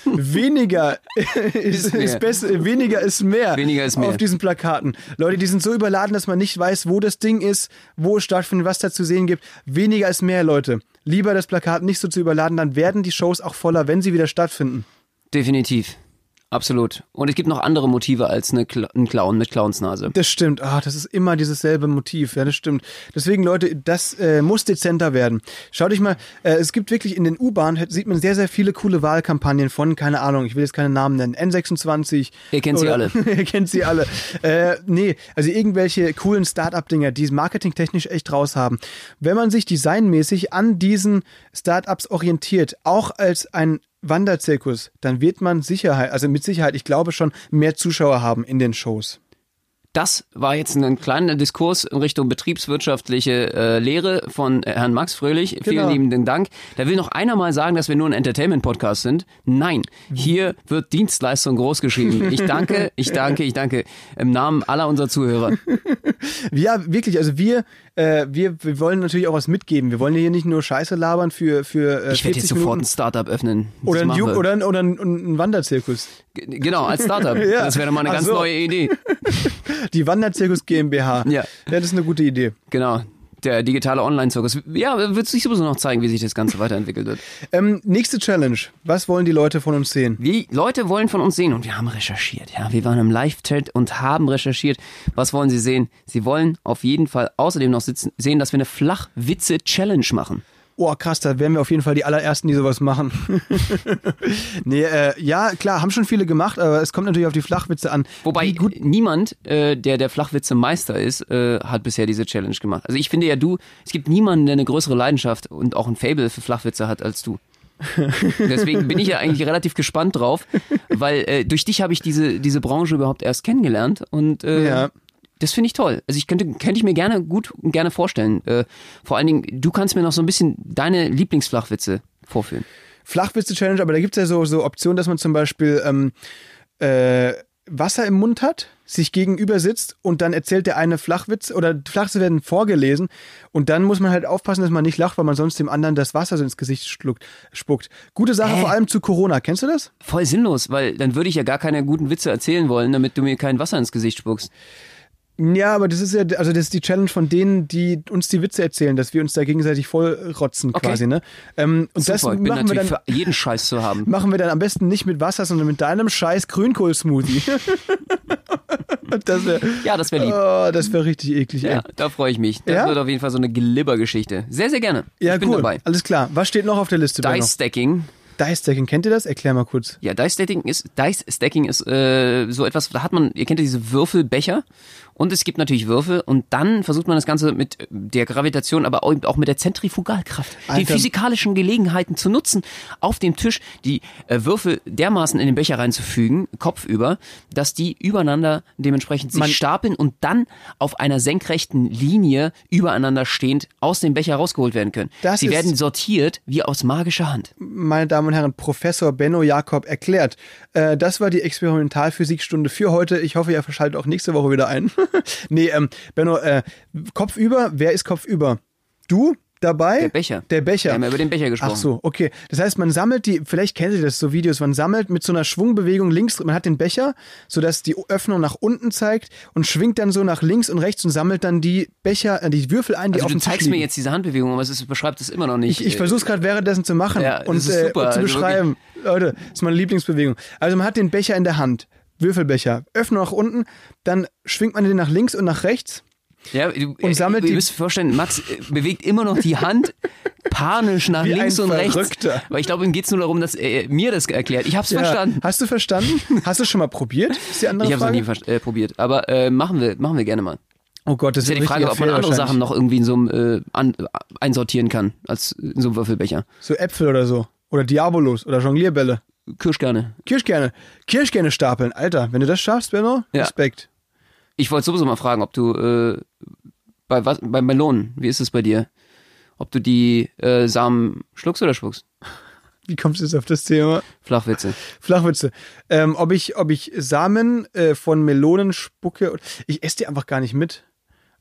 Weniger ist,
mehr.
ist besser, weniger ist mehr.
Weniger ist mehr.
Auf diesen Plakaten. Leute, die sind so überladen, dass man nicht weiß, wo das Ding ist, wo es stattfindet, was da zu sehen gibt. Weniger ist mehr, Leute. Lieber das Plakat nicht so zu überladen, dann werden die Shows auch voller, wenn sie wieder stattfinden.
Definitiv. Absolut. Und es gibt noch andere Motive als eine Cl ein Clown mit Clownsnase.
Das stimmt. Ah, das ist immer dieses selbe Motiv. Ja, das stimmt. Deswegen, Leute, das äh, muss dezenter werden. Schau dich mal, äh, es gibt wirklich in den U-Bahnen, sieht man sehr, sehr viele coole Wahlkampagnen von, keine Ahnung, ich will jetzt keine Namen nennen, N26.
Ihr kennt sie alle.
Ihr kennt sie alle. Äh, nee, also irgendwelche coolen Start-up-Dinger, die es marketingtechnisch echt raus haben. Wenn man sich designmäßig an diesen Start-ups orientiert, auch als ein Wanderzirkus, dann wird man Sicherheit, also mit Sicherheit, ich glaube schon, mehr Zuschauer haben in den Shows.
Das war jetzt ein kleiner Diskurs in Richtung betriebswirtschaftliche äh, Lehre von Herrn Max Fröhlich. Vielen
Genau.
lieben Dank. Da will noch einer mal sagen, dass wir nur ein Entertainment-Podcast sind. Nein,
Mhm.
hier wird Dienstleistung großgeschrieben. Ich danke, ich danke, ich danke. Im Namen aller unserer Zuhörer.
Ja, wirklich. Also wir, äh, wir, wir wollen natürlich auch was mitgeben. Wir wollen hier nicht nur Scheiße labern für für äh,
Ich werde jetzt
40
sofort
Minuten
ein Startup öffnen. Das
oder ein,
machen
Ju
wir.
oder ein, oder ein, ein Wanderzirkus.
G- Genau, als Startup.
Ja.
Das wäre mal eine
Ach
ganz
so.
neue Idee.
Die Wanderzirkus GmbH.
Ja.
das ist eine gute Idee.
Genau. Der digitale Online-Zirkus. Ja, wird sich sowieso noch zeigen, wie sich das Ganze weiterentwickelt wird.
Ähm, nächste Challenge. Was wollen die Leute von uns sehen?
Wie Leute wollen von uns sehen und wir haben recherchiert. Ja, wir waren im Live-Chat und haben recherchiert. Was wollen sie sehen? Sie wollen auf jeden Fall außerdem noch sitzen, sehen, dass wir eine Flachwitze-Challenge machen.
Oh, krass, da wären wir auf jeden Fall die allerersten, die sowas machen. nee, äh, ja, klar, haben schon viele gemacht, aber es kommt natürlich auf die Flachwitze an.
Wobei
Wie gut.
niemand, äh, der der Flachwitze-Meister ist, äh, hat bisher diese Challenge gemacht. Also ich finde ja du, es gibt niemanden, der eine größere Leidenschaft und auch ein Fable für Flachwitze hat als du. Deswegen bin ich ja eigentlich relativ gespannt drauf, weil äh, durch dich habe ich diese, diese Branche überhaupt erst kennengelernt und äh,
Ja.
das finde ich toll. Also ich könnte, könnte ich mir gerne gut und gerne vorstellen. Äh, vor allen Dingen, du kannst mir noch so ein bisschen deine Lieblingsflachwitze vorführen.
Flachwitze-Challenge, aber da gibt's ja so, so Optionen, dass man zum Beispiel ähm, äh, Wasser im Mund hat, sich gegenüber sitzt und dann erzählt der eine Flachwitz oder Flachwitze werden vorgelesen und dann muss man halt aufpassen, dass man nicht lacht, weil man sonst dem anderen das Wasser so ins Gesicht schluckt, spuckt. Gute Sache
Hä?
vor allem zu Corona. Kennst du das?
Voll sinnlos, weil dann würde ich ja gar keine guten Witze erzählen wollen, damit du mir kein Wasser ins Gesicht spuckst.
Ja, aber das ist ja, also das ist die Challenge von denen, die uns die Witze erzählen, dass wir uns da gegenseitig vollrotzen
Okay.
quasi, ne? Ähm, und das
Super, ich bin
machen wir,
natürlich
dann,
für jeden Scheiß zu haben.
machen wir dann am besten nicht mit Wasser, sondern mit deinem scheiß Grünkohl-Smoothie. das wäre
Ja, das wäre lieb.
oh, das wär richtig eklig,
Ja,
ey.
da freue ich mich. Das
Ja?
wird auf jeden Fall so eine Glibbergeschichte. Sehr, sehr gerne.
Ja,
ich bin
cool.
dabei.
Alles klar. Was steht noch auf der Liste?
Dice Stacking.
Dice-Stacking, kennt ihr das? Erklär mal kurz.
Ja, Dice Stacking ist, Dice Stacking ist äh, so etwas, da hat man, ihr kennt ja diese Würfelbecher und es gibt natürlich Würfel und dann versucht man das Ganze mit der Gravitation, aber auch- auch mit der Zentrifugalkraft, den
Alter.
physikalischen Gelegenheiten zu nutzen, auf dem Tisch die äh, Würfel dermaßen in den Becher reinzufügen, kopfüber, dass die übereinander dementsprechend sich
Man-
stapeln und dann auf einer senkrechten Linie übereinander stehend aus dem Becher rausgeholt werden können.
Das
Sie
ist-
werden sortiert wie aus magischer Hand.
Meine Damen und Herren, Professor Benno Jakob erklärt. Äh, das war die Experimentalphysikstunde für heute. Ich hoffe, ihr schaltet auch nächste Woche wieder ein. nee, ähm, Benno, äh, Kopf über. Wer ist Kopf über? Du dabei?
Der Becher.
Der Becher.
Wir haben ja über den Becher gesprochen.
Ach so, okay. Das heißt, man sammelt die, vielleicht kennen Sie das so Videos, man sammelt mit so einer Schwungbewegung links, man hat den Becher, sodass die Öffnung nach unten zeigt und schwingt dann so nach links und rechts und sammelt dann die Becher, äh, die Würfel ein, die auf
Also du
dem Tisch
zeigst
liegen.
mir jetzt diese Handbewegung, aber es ist, beschreibt es immer noch nicht.
Ich, ich versuche es gerade währenddessen zu machen
Äh, Ja, das
und,
ist super.
äh, und zu
Also
beschreiben. Leute, das ist meine Lieblingsbewegung. Also man hat den Becher in der Hand, Würfelbecher, Öffnung nach unten, dann schwingt man den nach links und nach rechts.
ja, du, äh,
und sammelt
ihr
die-
müsst euch vorstellen, Max äh, bewegt immer noch die Hand panisch nach
Wie
links
ein
und
Verrückter.
rechts. Weil ich glaube, ihm geht es nur darum, dass er mir das erklärt. Ich habe es
Ja.
verstanden.
Hast du verstanden? Hast du schon mal probiert? Ist die andere
Ich habe es noch
Frage.
nie verst- äh, probiert. Aber äh, machen, wir, machen wir gerne mal.
oh Gott, das
Ist ja die Frage, ob man andere Sachen noch irgendwie in so einem äh, an, äh, einsortieren kann, als in so einem Würfelbecher.
So Äpfel oder so. Oder Diabolos oder Jonglierbälle.
Kirschkerne.
Kirschkerne. Kirschkerne stapeln. Alter, wenn du das schaffst, Benno,
Ja.
Respekt.
Ich wollte sowieso mal fragen, ob du äh, bei was, bei Melonen, wie ist es bei dir? Ob du die äh, Samen schluckst oder schluckst?
Wie kommst du jetzt auf das Thema?
Flachwitze.
Flachwitze. Ähm, ob, ich, ob ich Samen äh, von Melonen spucke. Ich esse die einfach gar nicht mit.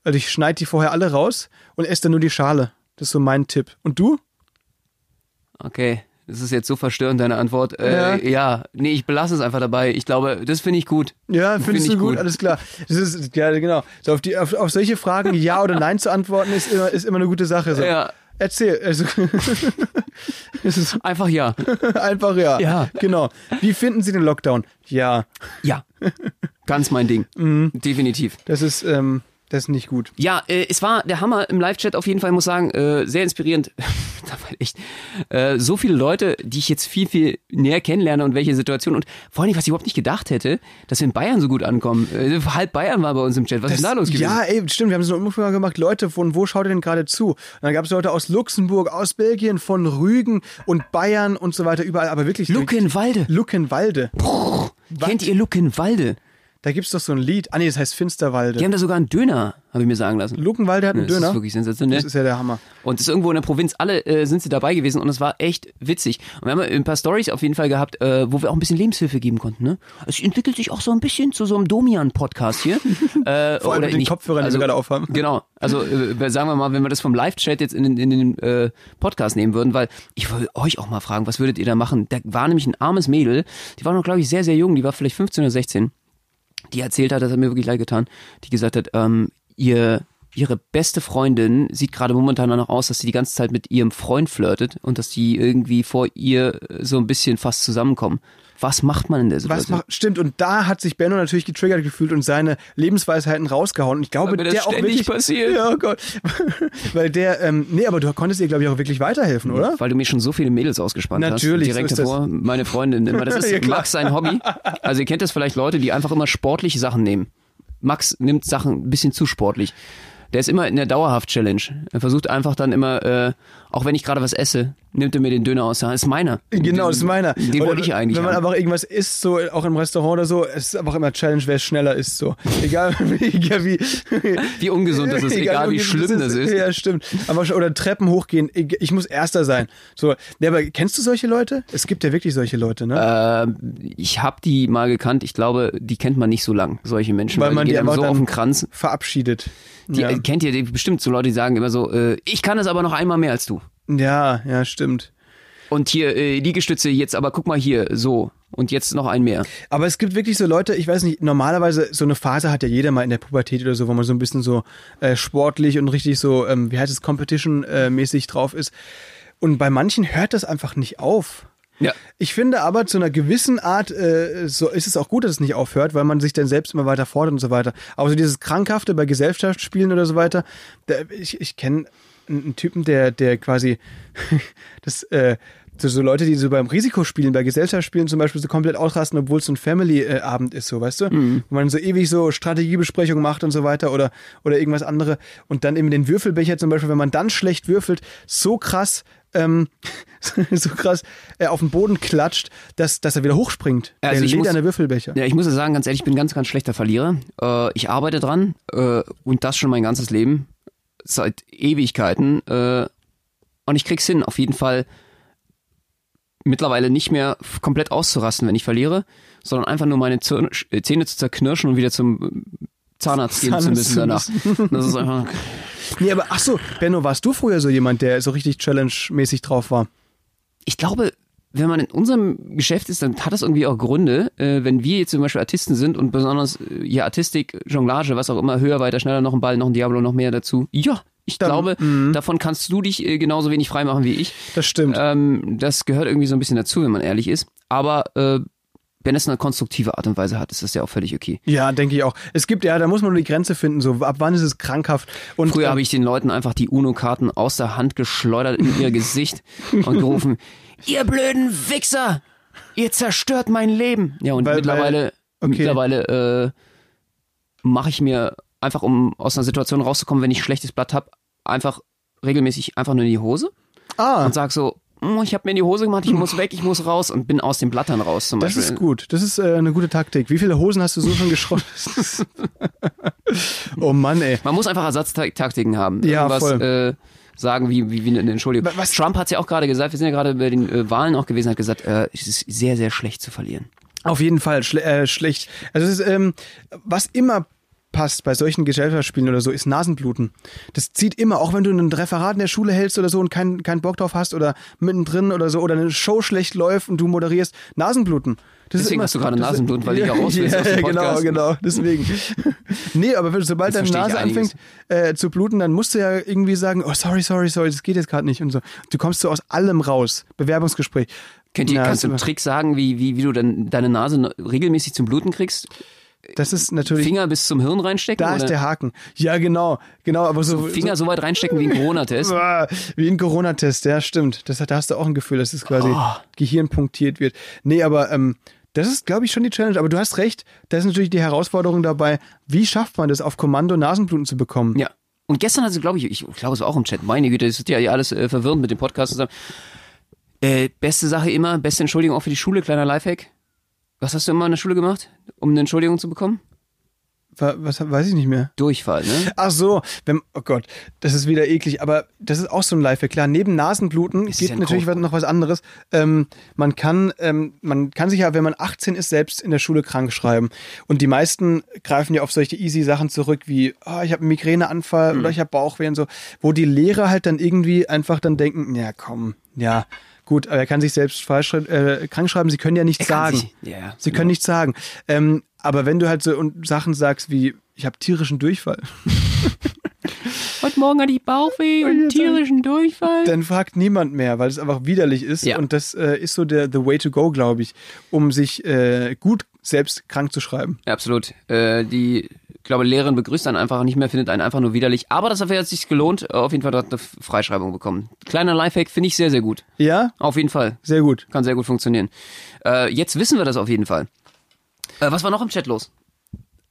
Also ich schneide die vorher alle raus und esse dann nur die Schale. Das ist so mein Tipp. Und du?
Okay, das ist jetzt so verstörend, deine Antwort. Äh, ja.
Ja.
nee, ich belasse es einfach dabei. Ich glaube, das finde ich gut.
Ja, findest
Find ich
du gut?
gut.
Alles klar. Das ist, ja, genau. So auf, die, auf, auf solche Fragen Ja oder Nein zu antworten ist immer, ist immer eine gute Sache. So.
Ja.
Erzähl. Also, es ist
Einfach ja.
einfach ja.
Ja.
Genau. Wie finden Sie den Lockdown? Ja.
Ja. Ganz mein Ding.
Mhm.
Definitiv.
Das ist, ähm, das ist nicht gut.
Ja, äh, es war der Hammer im Live-Chat auf jeden Fall, muss sagen, äh, sehr inspirierend. da war echt äh, so viele Leute, die ich jetzt viel, viel näher kennenlerne und welche Situation und vor allem, was ich überhaupt nicht gedacht hätte, dass wir in Bayern so gut ankommen. Äh, halb Bayern war bei uns im Chat. Was ist denn da los gewesen?
ja, ey, stimmt, wir haben so eine Umfrage gemacht, Leute, von wo schaut ihr denn gerade zu? Und dann gab es Leute aus Luxemburg, aus Belgien, von Rügen und Bayern und so weiter, überall, aber wirklich.
Luckenwalde.
Luckenwalde.
Kennt ihr Luckenwalde?
Da gibt's doch so ein Lied. Ah nee, das heißt Finsterwalde.
Die haben da sogar einen Döner, habe ich mir sagen lassen.
Lukenwalde hat einen
das
Döner.
ist wirklich sensationell.
das ist ja der Hammer.
Und es ist irgendwo in der Provinz, alle äh, sind sie dabei gewesen und es war echt witzig. Und wir haben ein paar Stories auf jeden Fall gehabt, äh, wo wir auch ein bisschen Lebenshilfe geben konnten. Ne? Es entwickelt sich auch so ein bisschen zu so einem Domian-Podcast hier. äh,
Vor
oder
allem mit den
nicht.
Kopfhörern, die
also,
wir gerade aufhaben.
Genau. Also äh, sagen wir mal, wenn wir das vom Live-Chat jetzt in, den- in den äh, Podcast nehmen würden, weil ich wollte euch auch mal fragen, was würdet ihr da machen? Da war nämlich ein armes Mädel, die war noch, glaube ich, sehr, sehr jung, die war vielleicht 15 oder 16 die erzählt hat, das hat mir wirklich leid getan, die gesagt hat, ähm, ihr, ihre beste Freundin sieht gerade momentan danach aus, dass sie die ganze Zeit mit ihrem Freund flirtet und dass die irgendwie vor ihr äh, so ein bisschen fast zusammenkommen. Was macht man in der
Was
Situation?
macht, stimmt, und da hat sich Benno natürlich getriggert gefühlt und seine Lebensweisheiten rausgehauen. Und ich glaube,
Weil mir das
der auch
ständig
wirklich,
passiert.
Ja, oh Gott. Weil der, ähm, nee, aber du konntest ihr, glaube ich, auch wirklich weiterhelfen, oder?
Weil du mir schon so viele Mädels ausgespannt
Natürlich,
hast. Direkt
so ist das.
davor, meine Freundin immer. Das ist
Ja, klar.
Max sein Hobby. Also ihr kennt das vielleicht Leute, die einfach immer sportliche Sachen nehmen. Max nimmt Sachen ein bisschen zu sportlich. Der ist immer in der Dauerhaft-Challenge. Er versucht einfach dann immer, äh, auch wenn ich gerade was esse, nimmt er mir den Döner aus. Das ist meiner.
Genau, das ist meiner.
Den, den
Oder
wollte ich eigentlich
Wenn man
haben.
einfach irgendwas isst, so auch im Restaurant oder so, es ist einfach immer Challenge, wer schneller isst, so. Egal, wie- egal wie.
Wie ungesund das ist, egal wie schlimm das ist.
Ja, stimmt. Aber schon, oder Treppen hochgehen, ich, ich muss Erster sein. So, ja, aber kennst du solche Leute? Es gibt ja wirklich solche Leute, ne?
Ähm, ich habe die mal gekannt. Ich glaube, die kennt man nicht so lang, solche Menschen.
Weil man
die
die
gehen einem
einfach
so
dann-
auf den Kranz.
Verabschiedet.
Die
ja.
äh, kennt ihr die- bestimmt so Leute, die sagen immer so, äh, ich kann das aber noch einmal mehr als du.
ja, ja, stimmt.
Und hier äh, Liegestütze jetzt, aber guck mal hier, so. Und jetzt noch ein mehr.
Aber es gibt wirklich so Leute, ich weiß nicht, normalerweise so eine Phase hat ja jeder mal in der Pubertät oder so, wo man so ein bisschen so äh, sportlich und richtig so, ähm, wie heißt es, Competition-mäßig drauf ist. Und bei manchen hört das einfach nicht auf.
Ja.
Ich finde aber zu einer gewissen Art äh, so ist es auch gut, dass es nicht aufhört, weil man sich dann selbst immer weiter fordert und so weiter. Aber so dieses Krankhafte bei Gesellschaftsspielen oder so weiter, da, ich, ich kenne einen einen Typen, der, der quasi das, äh, so, so Leute, die so beim Risikospielen, bei Gesellschaftsspielen zum Beispiel so komplett ausrasten, obwohl es so ein Family-Abend ist, so weißt du? Wo man so ewig so Strategiebesprechungen macht und so weiter oder, oder irgendwas andere und dann eben den Würfelbecher zum Beispiel, wenn man dann schlecht würfelt, so krass ähm, so krass äh, auf den Boden klatscht, dass, dass er wieder hochspringt.
Also
der
ich muss-
lederne Würfelbecher.
Ja, ich muss ja sagen, ganz ehrlich, ich bin ganz, ganz schlechter Verlierer. Äh, ich arbeite dran äh, und das schon mein ganzes Leben. Seit Ewigkeiten. Äh, und ich krieg's hin, auf jeden Fall mittlerweile nicht mehr f- komplett auszurasten, wenn ich verliere, sondern einfach nur meine Zir äh, Zähne zu zerknirschen und wieder zum äh, Zahnarzt gehen zu
Zahnarzt
müssen
zu
danach. Das ist einfach.
Nee, aber ach so, Benno, warst du früher so jemand, der so richtig challenge-mäßig drauf war?
ich glaube, wenn man in unserem Geschäft ist, dann hat das irgendwie auch Gründe. Äh, wenn wir jetzt zum Beispiel Artisten sind und besonders äh, hier Artistik, Jonglage, was auch immer, höher, weiter, schneller, noch ein Ball, noch ein Diablo, noch mehr dazu. Ja, ich
Dann-
glaube, davon kannst du dich äh, genauso wenig freimachen wie ich.
Das stimmt.
Ähm, das gehört irgendwie so ein bisschen dazu, wenn man ehrlich ist. Aber äh, wenn es eine konstruktive Art und Weise hat, ist das ja auch völlig okay.
Ja, denke ich auch. Es gibt ja, da muss man nur die Grenze finden, so ab wann ist es krankhaft. Und
Früher
ähm,
habe ich den Leuten einfach die UNO-Karten aus der Hand geschleudert in ihr Gesicht und gerufen, ihr blöden Wichser, ihr zerstört mein Leben. Ja, und
Weil-
mittlerweile,
weil- okay.
mittlerweile äh, mache ich mir einfach, um aus einer Situation rauszukommen, wenn ich ein schlechtes Blatt habe, einfach regelmäßig einfach nur in die Hose
ah,
und sage so, "Mm, ich habe mir in die Hose gemacht, ich muss weg, ich muss raus und bin aus den Blattern raus zum
das
Beispiel.
ist gut. Das ist äh, eine gute Taktik. Wie viele Hosen hast du so schon geschrottet? oh Mann, ey.
Man muss einfach Ersatztaktiken haben.
Ja, voll.
Äh, sagen wie, wie, wie eine Entschuldigung.
Wa- was-
Trump hat ja auch gerade gesagt, wir sind ja gerade bei den äh, Wahlen auch gewesen, hat gesagt, äh, es ist sehr, sehr schlecht zu verlieren.
Auf jeden Fall schle äh, schlecht. Also es ist, ähm, was immer passt bei solchen Gesellschaftsspielen oder so, ist Nasenbluten. Das zieht immer, auch wenn du ein Referat in der Schule hältst oder so und keinen keinen Bock drauf hast oder mittendrin oder so oder eine Show schlecht läuft und du moderierst, Nasenbluten. Das
Deswegen hast du gerade Nasenbluten, weil du ja raus willst
Ja,
aus dem
genau,
Podcast.
genau, deswegen. nee, aber wenn- sobald
Jetzt
deine
verstehe ich
Nase
einiges.
anfängt äh, zu bluten, dann musst du ja irgendwie sagen, oh sorry, sorry, sorry, das geht jetzt gerade nicht und so. Du kommst so aus allem raus. Bewerbungsgespräch.
Könnt ihr,
Na,
kannst du einen
das-
Trick sagen, wie, wie, wie du dann deine Nase no- regelmäßig zum Bluten kriegst?
Das ist natürlich
Finger bis zum Hirn reinstecken?
Da
oder?
ist der Haken. Ja, genau. Genau, aber so.
Finger so weit reinstecken wie ein Corona-Test.
so ah, wie ein Corona-Test, ja, stimmt. Das, hat- da hast du auch ein Gefühl, dass es quasi
Oh.
Gehirn punktiert wird. Nee, aber ähm, das ist, glaube ich, schon die Challenge. Aber du hast recht, da ist natürlich die Herausforderung dabei, wie schafft man das, auf Kommando Nasenbluten zu bekommen?
Ja. Und gestern hat sie, glaube ich, ich glaube, es war auch im Chat, meine Güte, das ist ja alles äh, verwirrend mit dem Podcast zusammen. Äh, beste Sache immer, beste Entschuldigung auch für die Schule, kleiner Lifehack. Was hast du immer in der Schule gemacht, um eine Entschuldigung zu bekommen?
wa- was weiß ich nicht mehr.
Durchfall, ne?
Ach so, wenn, oh Gott, das ist wieder eklig, aber das ist auch so ein Lifehack. Klar, neben Nasenbluten
Es ist
geht
ja ein
natürlich
Code.
was- noch was anderes. Ähm, man, kann, ähm, man kann sich ja, wenn man 18 ist, selbst in der Schule krank schreiben. Und die meisten greifen ja auf solche easy Sachen zurück, wie ah, ich habe einen Migräneanfall
Mhm.
oder ich habe Bauchweh und so, wo die Lehrer halt dann irgendwie einfach dann denken, ja komm, ja gut, aber er kann sich selbst falsch, äh, krank schreiben, sie können ja nichts
Er kann
sagen.
sich- ja,
sie können nichts sagen. Ähm, aber wenn du halt so und Sachen sagst wie, ich habe tierischen Durchfall,
Heute Morgen hatte Oh, ich Bauchweh und tierischen Durchfall.
dann fragt niemand mehr, weil es einfach widerlich ist.
Ja.
Und das äh, ist so der the way to go, glaube ich, um sich äh, gut selbst krank zu schreiben.
Ja, absolut. Äh, die, ich glaube, Lehrerin begrüßt einen einfach nicht mehr, findet einen einfach nur widerlich. Aber das hat jetzt sich gelohnt. Äh, Auf jeden Fall hat eine Freischreibung bekommen. Kleiner Lifehack finde ich sehr, sehr gut.
Ja,
Auf jeden Fall.
sehr gut.
Kann sehr gut funktionieren. Äh, jetzt wissen wir das auf jeden Fall. Äh, was war noch im Chat los?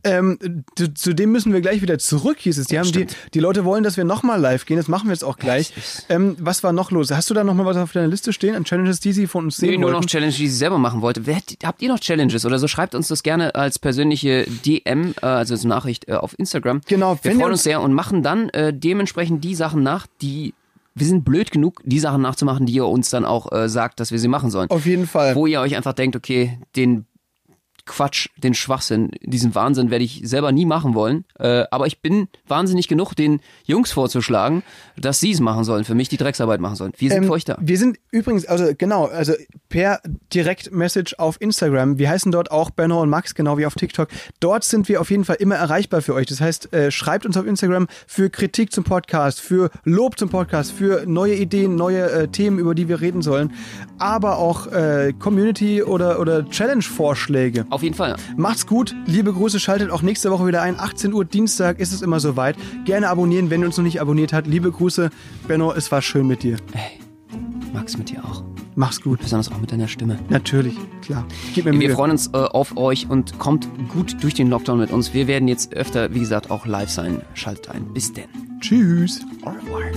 Ähm, zu, zu dem müssen wir gleich wieder zurück, hieß es. Die, haben die, die Leute wollen, dass wir nochmal live gehen. Das machen wir jetzt auch gleich. Ähm, was war noch los? Hast du da nochmal was auf deiner Liste stehen an Challenges, die sie von uns sehen
Nee, nur noch
wollten?
Challenges, die sie selber machen wollte. Wer, hat- habt ihr noch Challenges oder so? Schreibt uns das gerne als persönliche DM, äh, also als Nachricht äh, auf Instagram.
Genau,
wir
wenn ihr
freuen
uns-
uns sehr und machen dann äh, dementsprechend die Sachen nach, die wir sind blöd genug, die Sachen nachzumachen, die ihr uns dann auch äh, sagt, dass wir sie machen sollen.
Auf jeden Fall.
Wo ihr euch einfach denkt, okay, den Quatsch, den Schwachsinn, diesen Wahnsinn werde ich selber nie machen wollen. Äh, aber ich bin wahnsinnig genug, den Jungs vorzuschlagen, dass sie es machen sollen, für mich die Drecksarbeit machen sollen. Wir sind
Ähm,
für euch da.
Wir sind übrigens, also genau, also per Direktmessage auf Instagram. Wir heißen dort auch Benno und Max, genau wie auf TikTok. Dort sind wir auf jeden Fall immer erreichbar für euch. Das heißt, äh, schreibt uns auf Instagram für Kritik zum Podcast, für Lob zum Podcast, für neue Ideen, neue äh, Themen, über die wir reden sollen, aber auch äh, Community- oder, oder Challenge-Vorschläge.
Auf jeden Fall.
Macht's gut, liebe Grüße, schaltet auch nächste Woche wieder ein. 18 Uhr Dienstag ist es immer soweit. Gerne abonnieren, wenn ihr uns noch nicht abonniert habt. Liebe Grüße, Benno, es war schön mit dir.
Hey, Max mit dir auch.
Mach's gut.
Besonders auch mit deiner Stimme.
Natürlich, klar. Gib mir
Wir
Mühe.
freuen uns äh, auf euch und kommt gut durch den Lockdown mit uns. Wir werden jetzt öfter, wie gesagt, auch live sein. Schaltet ein. Bis denn.
Tschüss.
Au revoir.